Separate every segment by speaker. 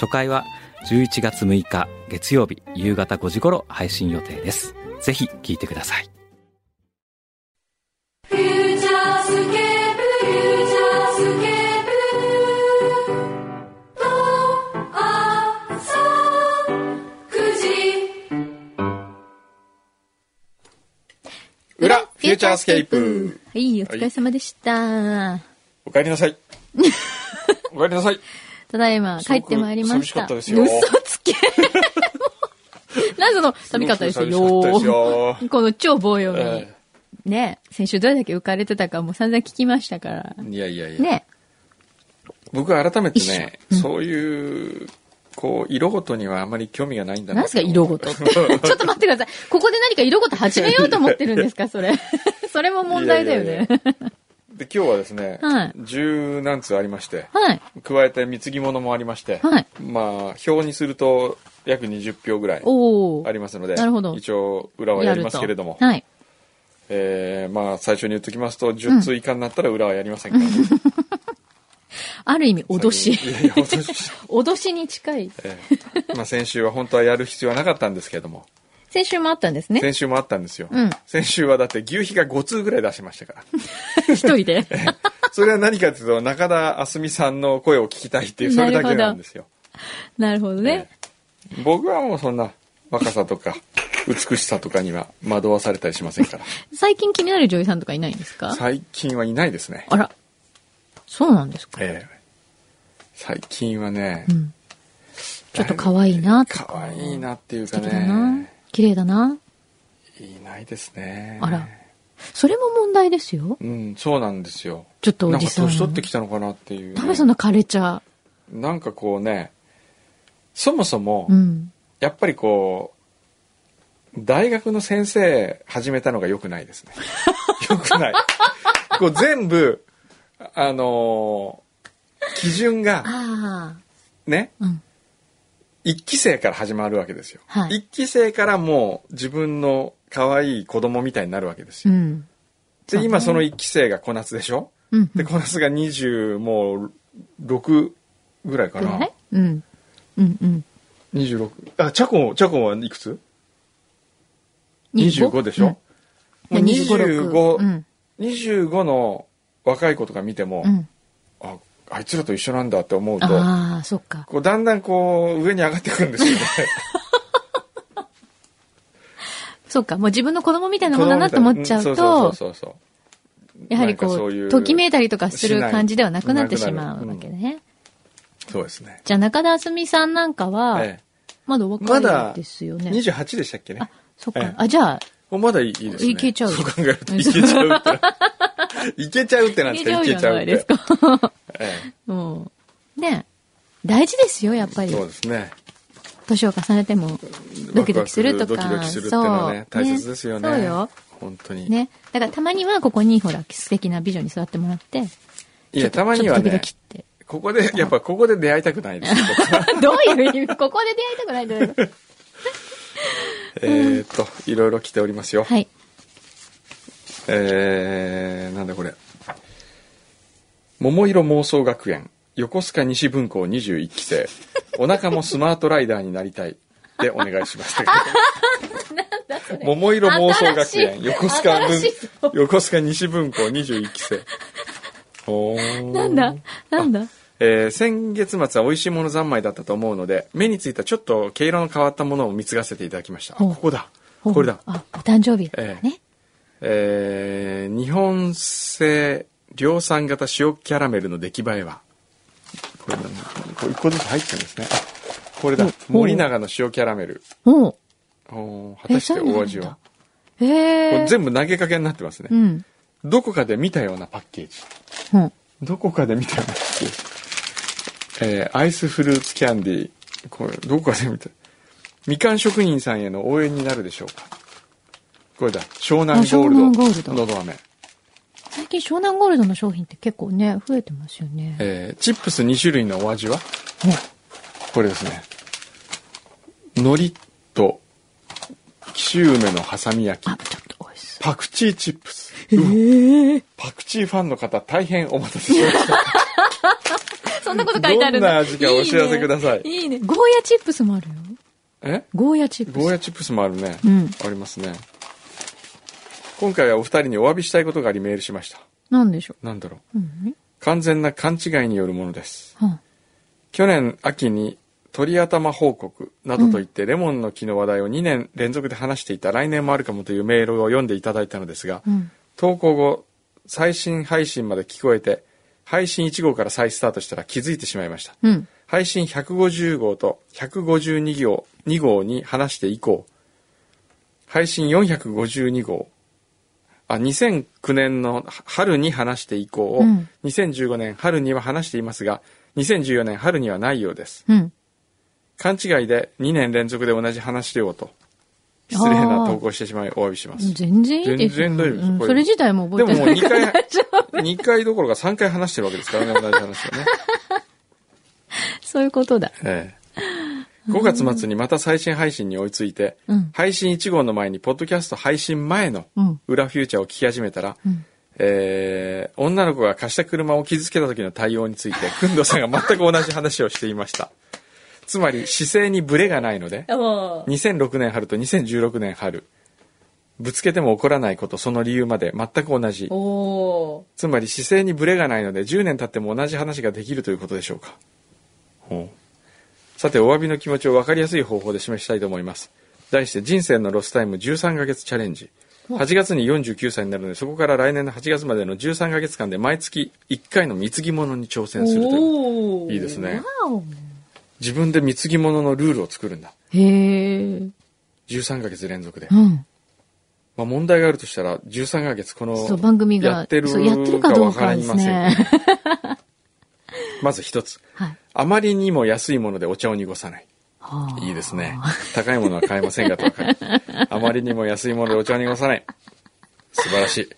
Speaker 1: 初回は11月6日月曜日夕方5時頃配信予定ですぜひ聞いてください
Speaker 2: フューチャースケープフューチャースケープと朝9時
Speaker 3: 裏フューチャースケープ
Speaker 4: はい、お疲れ様でした。
Speaker 3: お帰りなさいお帰りなさい
Speaker 4: ただいま、
Speaker 3: す
Speaker 4: 帰
Speaker 3: ごく
Speaker 4: ってまいりまし
Speaker 3: 寂しか
Speaker 4: た。
Speaker 3: ったですよ
Speaker 4: 嘘つけ なんその、 寂しかったです
Speaker 3: すごく寂しかったです
Speaker 4: よ
Speaker 3: よ。
Speaker 4: この超棒読み。
Speaker 3: え
Speaker 4: ね先週どれだけ浮かれてたかもう散々聞きましたから。
Speaker 3: いやいやいや、
Speaker 4: ね
Speaker 3: 僕は改めてね、そういうこう色ごとにはあまり興味がないんだな
Speaker 4: 何すか色ご とって。ちょっと待ってください。ここで何か色ごと始めようと思ってるんですか それ。それも問題だよ
Speaker 3: いや
Speaker 4: ね
Speaker 3: い。やで今日はですね、
Speaker 4: はい
Speaker 3: 十何通ありまして
Speaker 4: はい。
Speaker 3: 加えて貢ぎ物もありまして、
Speaker 4: はい
Speaker 3: まあ表にすると約20票ぐらい
Speaker 4: おお。
Speaker 3: ありますので
Speaker 4: なるほど
Speaker 3: 一応裏はやりますけれども、
Speaker 4: はい。
Speaker 3: えーまあ最初に言っときますと10通以下になったら裏はやりませんから、ね
Speaker 4: ある意味、脅し。
Speaker 3: いやいや脅し
Speaker 4: 脅しに近い。
Speaker 3: ええ まあ、先週は本当はやる必要はなかったんですけれども、
Speaker 4: 先週もあったんですね。
Speaker 3: 先週もあったんですよ、
Speaker 4: うん
Speaker 3: 先週はだって牛皮が5通ぐらい出しましたから
Speaker 4: 一人で。
Speaker 3: それは何かというと中田あすみさんの声を聞きたい っていうそれだけなんですよ、
Speaker 4: なるほどね。
Speaker 3: ええ僕はもうそんな若さとか美しさとかには惑わされたりしません から
Speaker 4: 最近気になる女優さんとかいないんですか
Speaker 3: 最近はいないですね、
Speaker 4: あら。そうなんですか。
Speaker 3: ええ最近はね、
Speaker 4: うん。ちょっと可愛いなとか。
Speaker 3: 可愛いなっていうか
Speaker 4: 素敵だな
Speaker 3: ね。
Speaker 4: 綺麗だな。
Speaker 3: いないですね
Speaker 4: あらそれも問題ですよ。
Speaker 3: うんそうなんですよ
Speaker 4: ちょっとお
Speaker 3: なん
Speaker 4: じ
Speaker 3: か
Speaker 4: さん。
Speaker 3: 年取ってきたのかなっていう、
Speaker 4: なんでそんな枯れちゃ
Speaker 3: なんかこうねそもそも、
Speaker 4: う。うん。
Speaker 3: やっぱりこう大学の先生始めたのが良くないです ね良くないこう全部あのー基準が
Speaker 4: あ
Speaker 3: ね
Speaker 4: あ。うん。
Speaker 3: 一期生から始まるわけですよ、
Speaker 4: はい
Speaker 3: 一期生からもう自分の可愛い子供みたいになるわけです
Speaker 4: う
Speaker 3: よ、
Speaker 4: ん。
Speaker 3: で今その一期生が小夏でしょ
Speaker 4: うん。
Speaker 3: で小夏が20もう6ぐらいか
Speaker 4: ぐ
Speaker 3: な、
Speaker 4: らいうん。うんうん。
Speaker 3: 26あチャコもチャコはいくつ ?25 でしょ、
Speaker 4: う
Speaker 3: も
Speaker 4: ん
Speaker 3: う
Speaker 4: 25
Speaker 3: 25、
Speaker 4: うん
Speaker 3: 25の若い子とか見ても、
Speaker 4: うん。
Speaker 3: ああいつらと一緒なんだって思うと
Speaker 4: ああ、そっか。
Speaker 3: こうだんだんこう上に上がってくるんですよね
Speaker 4: そっか。もう自分の子供み たいなものだなと思っちゃうん
Speaker 3: そう
Speaker 4: と、
Speaker 3: そうそうそう
Speaker 4: やはり
Speaker 3: なんかそ
Speaker 4: こ
Speaker 3: ういう
Speaker 4: う、ときめいたりとかする
Speaker 3: しない
Speaker 4: 感じではなくなって
Speaker 3: な
Speaker 4: し
Speaker 3: くなる
Speaker 4: まうわけ
Speaker 3: う
Speaker 4: ね。
Speaker 3: そうですね、
Speaker 4: じゃあ中田あすみさんなんかは、
Speaker 3: え
Speaker 4: まだお若い
Speaker 3: だ
Speaker 4: ですよね。
Speaker 3: 28でしたっけね
Speaker 4: あ、そっ
Speaker 3: え
Speaker 4: か
Speaker 3: え。
Speaker 4: あ、じゃあ、
Speaker 3: もうまだいいいいですね
Speaker 4: いけちゃう
Speaker 3: そう考えるといけちゃうって いけちゃうってなんですかい
Speaker 4: じ
Speaker 3: け
Speaker 4: ゃ
Speaker 3: ちゃう
Speaker 4: な
Speaker 3: っ
Speaker 4: い
Speaker 3: て
Speaker 4: ですか。
Speaker 3: ええ
Speaker 4: もう。ね大事ですよ、やっぱり
Speaker 3: そ。うですね
Speaker 4: 年を重ねても、ドキドキするとか。
Speaker 3: ワクワクドキドキするっていうのはね
Speaker 4: そう
Speaker 3: 大切ですよね
Speaker 4: そうよ。
Speaker 3: 本当に、
Speaker 4: ね。だからたまにはここに、ほら、素敵な美女に座ってもらって。
Speaker 3: いやたまには
Speaker 4: ちょっ
Speaker 3: ね
Speaker 4: とドキドキ って。
Speaker 3: ここでやっぱここで出会いたくないです 僕は
Speaker 4: どういう意味ここで出会いたくないんじゃないの
Speaker 3: えーっといろいろ来ておりますよ、
Speaker 4: はい。
Speaker 3: えー、なんだこれ桃色妄想学園横須賀西文校21期 生お腹もスマートライダーになりたいでお願いしま したけど桃色妄想学園
Speaker 4: 新しい
Speaker 3: 横須賀
Speaker 4: 新しい
Speaker 3: 文横須賀西文校21期 生ほー
Speaker 4: なんだなんだ
Speaker 3: えー先月末は美味しいもの三昧だったと思うので目についたちょっと毛色の変わったものを貢がせていただきましたあ
Speaker 4: ほう
Speaker 3: ここだこれだ
Speaker 4: ほうあ、お誕生日だからね。
Speaker 3: えー日本製量産型塩キャラメルの出来栄えはこれなんだこれ1個ずつ入ってるんですねあこれだ
Speaker 4: ほう
Speaker 3: 森永の塩キャラメル
Speaker 4: おう。
Speaker 3: おー果
Speaker 4: え、
Speaker 3: たし
Speaker 4: そ
Speaker 3: て
Speaker 4: うなんだ
Speaker 3: お味は
Speaker 4: へ
Speaker 3: これ
Speaker 4: え。
Speaker 3: 全部投げかけになってますね、
Speaker 4: うん。
Speaker 3: どこかで見たようなパッケージ
Speaker 4: うん。
Speaker 3: どこかで見たようなパッケージえーアイスフルーツキャンディーこれどこかで見たみかん職人さんへの応援になるでしょうかこれだ湘南
Speaker 4: あ
Speaker 3: ゴ
Speaker 4: 湘南ゴ
Speaker 3: ー
Speaker 4: ー
Speaker 3: ル
Speaker 4: ル
Speaker 3: ドの
Speaker 4: ド
Speaker 3: ど飴、
Speaker 4: 最近湘南ゴールドの商品って結構ね、増えてますよね。
Speaker 3: えーチップス2種類のお味はこれですね海苔と紀州梅のはさみ焼き
Speaker 4: あ、ちょっと美味しそ
Speaker 3: パクチーチップス、うわパクチーファンの方大変お待たせしました
Speaker 4: う。そんなこと 書いてある
Speaker 3: どんな味かお知らせください
Speaker 4: いいね。いいねゴーヤチップスもあるよ。
Speaker 3: え
Speaker 4: ゴーヤチップス。
Speaker 3: ゴーヤチップスもあるね、
Speaker 4: うん
Speaker 3: ありますね今回はお二人にお詫びしたいことがありメールしました
Speaker 4: なんでしょ
Speaker 3: なんだろう
Speaker 4: う。うん。
Speaker 3: 完全な勘違いによるものです
Speaker 4: は
Speaker 3: 去年秋に鳥頭報告などといって、レモンの木の話題を2年連続で話していた来年もあるかもというメールを読んでいただいたのですが、
Speaker 4: うん。
Speaker 3: 投稿後最新配信まで聞こえて配信1号から再スタートしたら気づいてしまいました
Speaker 4: うん。
Speaker 3: 配信150号と152号2号に話して以降配信452号あ2009年の春に話して以降、
Speaker 4: うん
Speaker 3: 2015年春には話していますが2014年春にはないようです
Speaker 4: うん。
Speaker 3: 勘違いで2年連続で同じ話量と失礼な投稿してしまいお詫びします
Speaker 4: 全然いいですよ。
Speaker 3: 全然大丈夫です
Speaker 4: うん
Speaker 3: これ
Speaker 4: それ自体も
Speaker 3: で
Speaker 4: 覚え
Speaker 3: も
Speaker 4: て
Speaker 3: もう
Speaker 4: ない
Speaker 3: 2
Speaker 4: から。
Speaker 3: 回2回どころか3回話してるわけですからね同じ話をね
Speaker 4: そういうことだ。
Speaker 3: ええ、5月末にまた最新配信に追いついて、
Speaker 4: うん
Speaker 3: 配信1号の前にポッドキャスト配信前の
Speaker 4: うん
Speaker 3: 「裏フューチャー」を聞き始めたら、
Speaker 4: ん
Speaker 3: えー女の子が貸した車を傷つけた時の対応に ついて工藤さんが全く同じ話をしていましたつまり姿勢にブレがないので
Speaker 4: も
Speaker 3: 2006年春と2016年春ぶつけても怒らないことその理由まで全く同じ
Speaker 4: う。お
Speaker 3: つまり姿勢にブレがないので10年経っても同じ話ができるということでしょうかほうさてお詫びの気持ちを分かりやすい方法で示したいと思います題して人生のロスタイム13ヶ月チャレンジ8月に49歳になるのでそこから来年の8月までの13ヶ月間で毎月1回の貢ぎ物に挑戦するという
Speaker 4: お
Speaker 3: いいですね
Speaker 4: わお
Speaker 3: 自分で貢ぎ物のルールを作るんだ
Speaker 4: へえ。
Speaker 3: 13ヶ月連続で、
Speaker 4: うん。
Speaker 3: まあ、問題があるとしたら13ヶ月この
Speaker 4: そう、番組が
Speaker 3: やってる
Speaker 4: そうやってるかどうかです
Speaker 3: かわかり
Speaker 4: ね。
Speaker 3: まず一つ
Speaker 4: はい。
Speaker 3: あまりにも安いものでお茶を濁さない
Speaker 4: はあ
Speaker 3: いいですね。高いものは買えませんがとは書いてあまりにも安いものでお茶を濁さない。素晴らしい。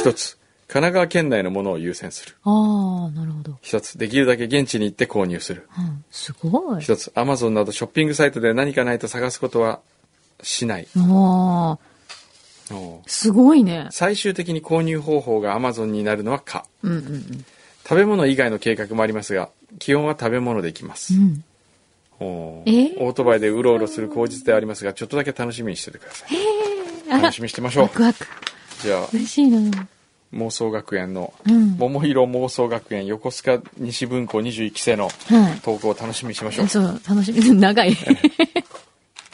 Speaker 3: 一つ、神奈川県内のものを優先する。
Speaker 4: ああ、なるほど。
Speaker 3: 一つ、できるだけ現地に行って購入する。
Speaker 4: うん。すごい。
Speaker 3: 一つ、アマゾンなどショッピングサイトで何かないと探すことはしない。
Speaker 4: ああ、すごいね。
Speaker 3: 最終的に購入方法がアマゾンになるのはか。
Speaker 4: うんうんうん。
Speaker 3: 食べ物以外の計画もありますが、基本は食べ物でいきます。
Speaker 4: うん。
Speaker 3: お
Speaker 4: え
Speaker 3: ーオートバイでうろうろする口実ではありますが、ちょっとだけ楽しみにしててください。
Speaker 4: あら
Speaker 3: 楽しみにしてましょう
Speaker 4: ワ。クワク。
Speaker 3: じゃあ、
Speaker 4: 嬉しいな。
Speaker 3: 妄想学園の、
Speaker 4: うん
Speaker 3: 桃色妄想学園横須賀西分校21期生の
Speaker 4: はい
Speaker 3: 投稿を楽しみにしましょう。
Speaker 4: そう、楽しみ。長い。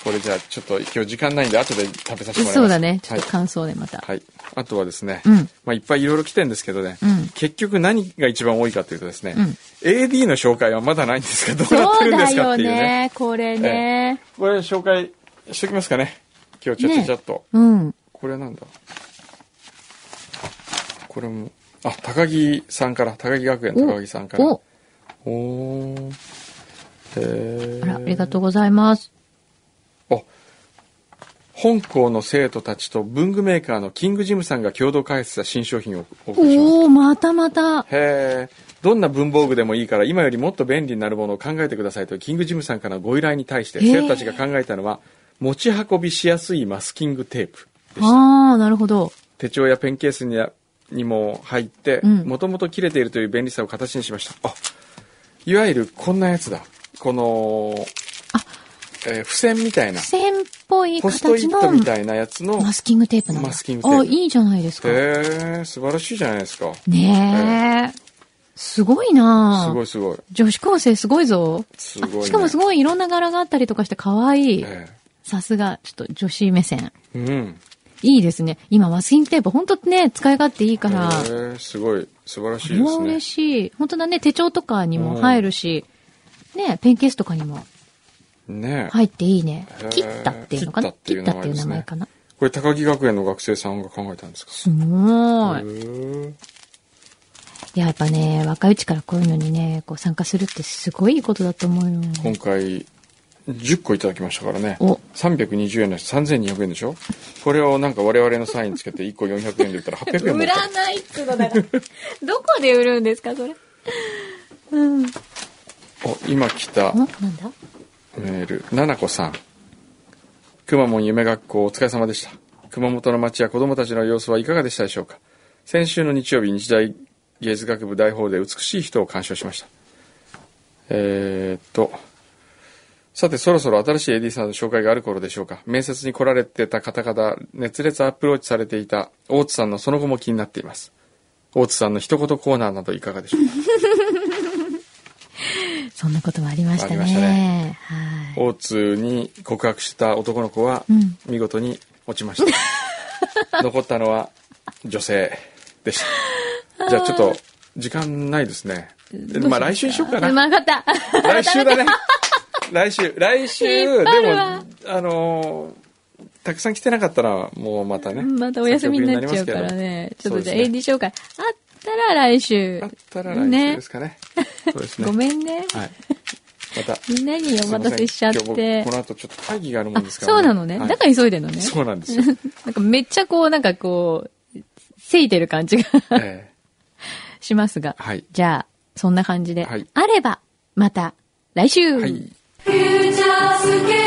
Speaker 3: これじゃあ、ちょっと今日時間ないんで、後で食べさせてもらいます。
Speaker 4: そうだね。ちょっと
Speaker 3: はい。
Speaker 4: 感想でまた。
Speaker 3: はい。あとはですね、
Speaker 4: うん
Speaker 3: まあ、いっぱいいろいろ来てるんですけどね、
Speaker 4: うん
Speaker 3: 結局何が一番多いかというとですね、
Speaker 4: うん
Speaker 3: AD の紹介はまだないんですが、どうなって
Speaker 4: そう
Speaker 3: るんで
Speaker 4: だ
Speaker 3: すかっ
Speaker 4: よ
Speaker 3: ていうね。
Speaker 4: ね。これね。
Speaker 3: これ紹介しときますかね。今日ちょっと
Speaker 4: ね
Speaker 3: ちょっと。
Speaker 4: うん。
Speaker 3: これなんだこれも、あ、高木さんから、高木学園の高木さんから。
Speaker 4: お、
Speaker 3: おーえー
Speaker 4: あら、ありがとうございます。
Speaker 3: あ本校の生徒たちと文具メーカーのキングジムさんが共同開発した新商品をお送りします
Speaker 4: おー、またまた。
Speaker 3: へえどんな文房具でもいいから今よりもっと便利になるものを考えてくださいとキングジムさんからのご依頼に対して
Speaker 4: へえ
Speaker 3: 生徒たちが考えたのは持ち運びしやすいマスキングテープでした
Speaker 4: ああ、なるほど。
Speaker 3: 手帳やペンケースにはにも入って
Speaker 4: うん
Speaker 3: もともと切れているという便利さを形にしましたあいわゆるこんなやつだこのえー付箋みたいな
Speaker 4: 付箋っぽい
Speaker 3: ポストイ
Speaker 4: 形
Speaker 3: ッ
Speaker 4: の
Speaker 3: トみたいなやつの
Speaker 4: マスキングテープなんだ。
Speaker 3: マスキングテープ
Speaker 4: あ、いいじゃないですか。
Speaker 3: へえ素晴らしいじゃないですか
Speaker 4: ねえ。すごいな
Speaker 3: すご
Speaker 4: い。
Speaker 3: いすごい
Speaker 4: 女子高生すごいぞ。
Speaker 3: すごいね
Speaker 4: あしかもすごいいろんな柄があったりとかして可愛い。
Speaker 3: え
Speaker 4: さすが、ちょっと女子目線。
Speaker 3: えうん
Speaker 4: いいですね。今、マスキングテープ、本当ね、使い勝手いいから、
Speaker 3: へえすごい素晴らし
Speaker 4: こ
Speaker 3: い
Speaker 4: れ
Speaker 3: で
Speaker 4: は
Speaker 3: すね
Speaker 4: 嬉しい。本当だね、手帳とかにも入るし、ね、ペンケースとかにも
Speaker 3: ねえ
Speaker 4: 入っていいね
Speaker 3: へー。
Speaker 4: 切ったっていうのかな
Speaker 3: 切
Speaker 4: 切
Speaker 3: っ
Speaker 4: ったた
Speaker 3: っ
Speaker 4: って
Speaker 3: い
Speaker 4: て
Speaker 3: 名
Speaker 4: いうう名
Speaker 3: 前
Speaker 4: 前
Speaker 3: です
Speaker 4: かな。
Speaker 3: これ高木学園の学生さんが考えたんですか
Speaker 4: すご
Speaker 3: へ
Speaker 4: い。
Speaker 3: え
Speaker 4: いや、やっぱね、若いうちからこういうのにね、こう参加するってすごいいいことだと思うよ。
Speaker 3: 今回10個いただきましたからね
Speaker 4: お
Speaker 3: 320円の人3200円でしょこれをなんか我々のサインつけて1個400円で売ったら800円も
Speaker 4: 売
Speaker 3: らっ
Speaker 4: らないっつうの だから。どこで売るんですか、それ。うん。ん
Speaker 3: たお今来た
Speaker 4: なんだ
Speaker 3: メールななこさんくまモン夢学校お疲れ様でした熊本の街や子どもたちの様子はいかがでしたでしょうか先週の日曜日日大芸術学部大ホールで美しい人を鑑賞しましたえー、っとさてそろそろ新しい AD さんの紹介がある頃でしょうか面接に来られてた方々熱烈アプローチされていた大津さんのその後も気になっています大津さんの一言コーナーなどいかがでしょうか
Speaker 4: そんなこともありました
Speaker 3: ありました
Speaker 4: ね。はい。
Speaker 3: 大津に告白した男の子は
Speaker 4: うん
Speaker 3: 見事に落ちま した、残ったのは女性でしたじゃあちょっと時間ないですねまあ来週にしようかな
Speaker 4: まあ、わかった。
Speaker 3: 来週だね。来週、来週、
Speaker 4: 引
Speaker 3: で
Speaker 4: っ
Speaker 3: も
Speaker 4: 張るわ、
Speaker 3: あのーたくさん来てなかったら、もうまたね。
Speaker 4: またお休みになっちゃうからね。ちょっとじゃあ AD 紹介。あったら来週。
Speaker 3: あったら来週ですかね。そうですね。
Speaker 4: ごめんね。
Speaker 3: はい。また。
Speaker 4: みんなにお待たせしちゃっ
Speaker 3: すいません今日
Speaker 4: て
Speaker 3: 僕こ。の後ちょっと会議があるも
Speaker 4: あ
Speaker 3: んですから、
Speaker 4: そうなのね。
Speaker 3: はい
Speaker 4: だから急いでんのね。
Speaker 3: そうなんですよ。
Speaker 4: なんかめっちゃこう、なんかこう、せいてる感じが
Speaker 3: え
Speaker 4: しますが。
Speaker 3: はい
Speaker 4: じゃあ、そんな感じで。
Speaker 3: はい
Speaker 4: あれば、また来週、
Speaker 3: ーはい。
Speaker 2: フューチャースケ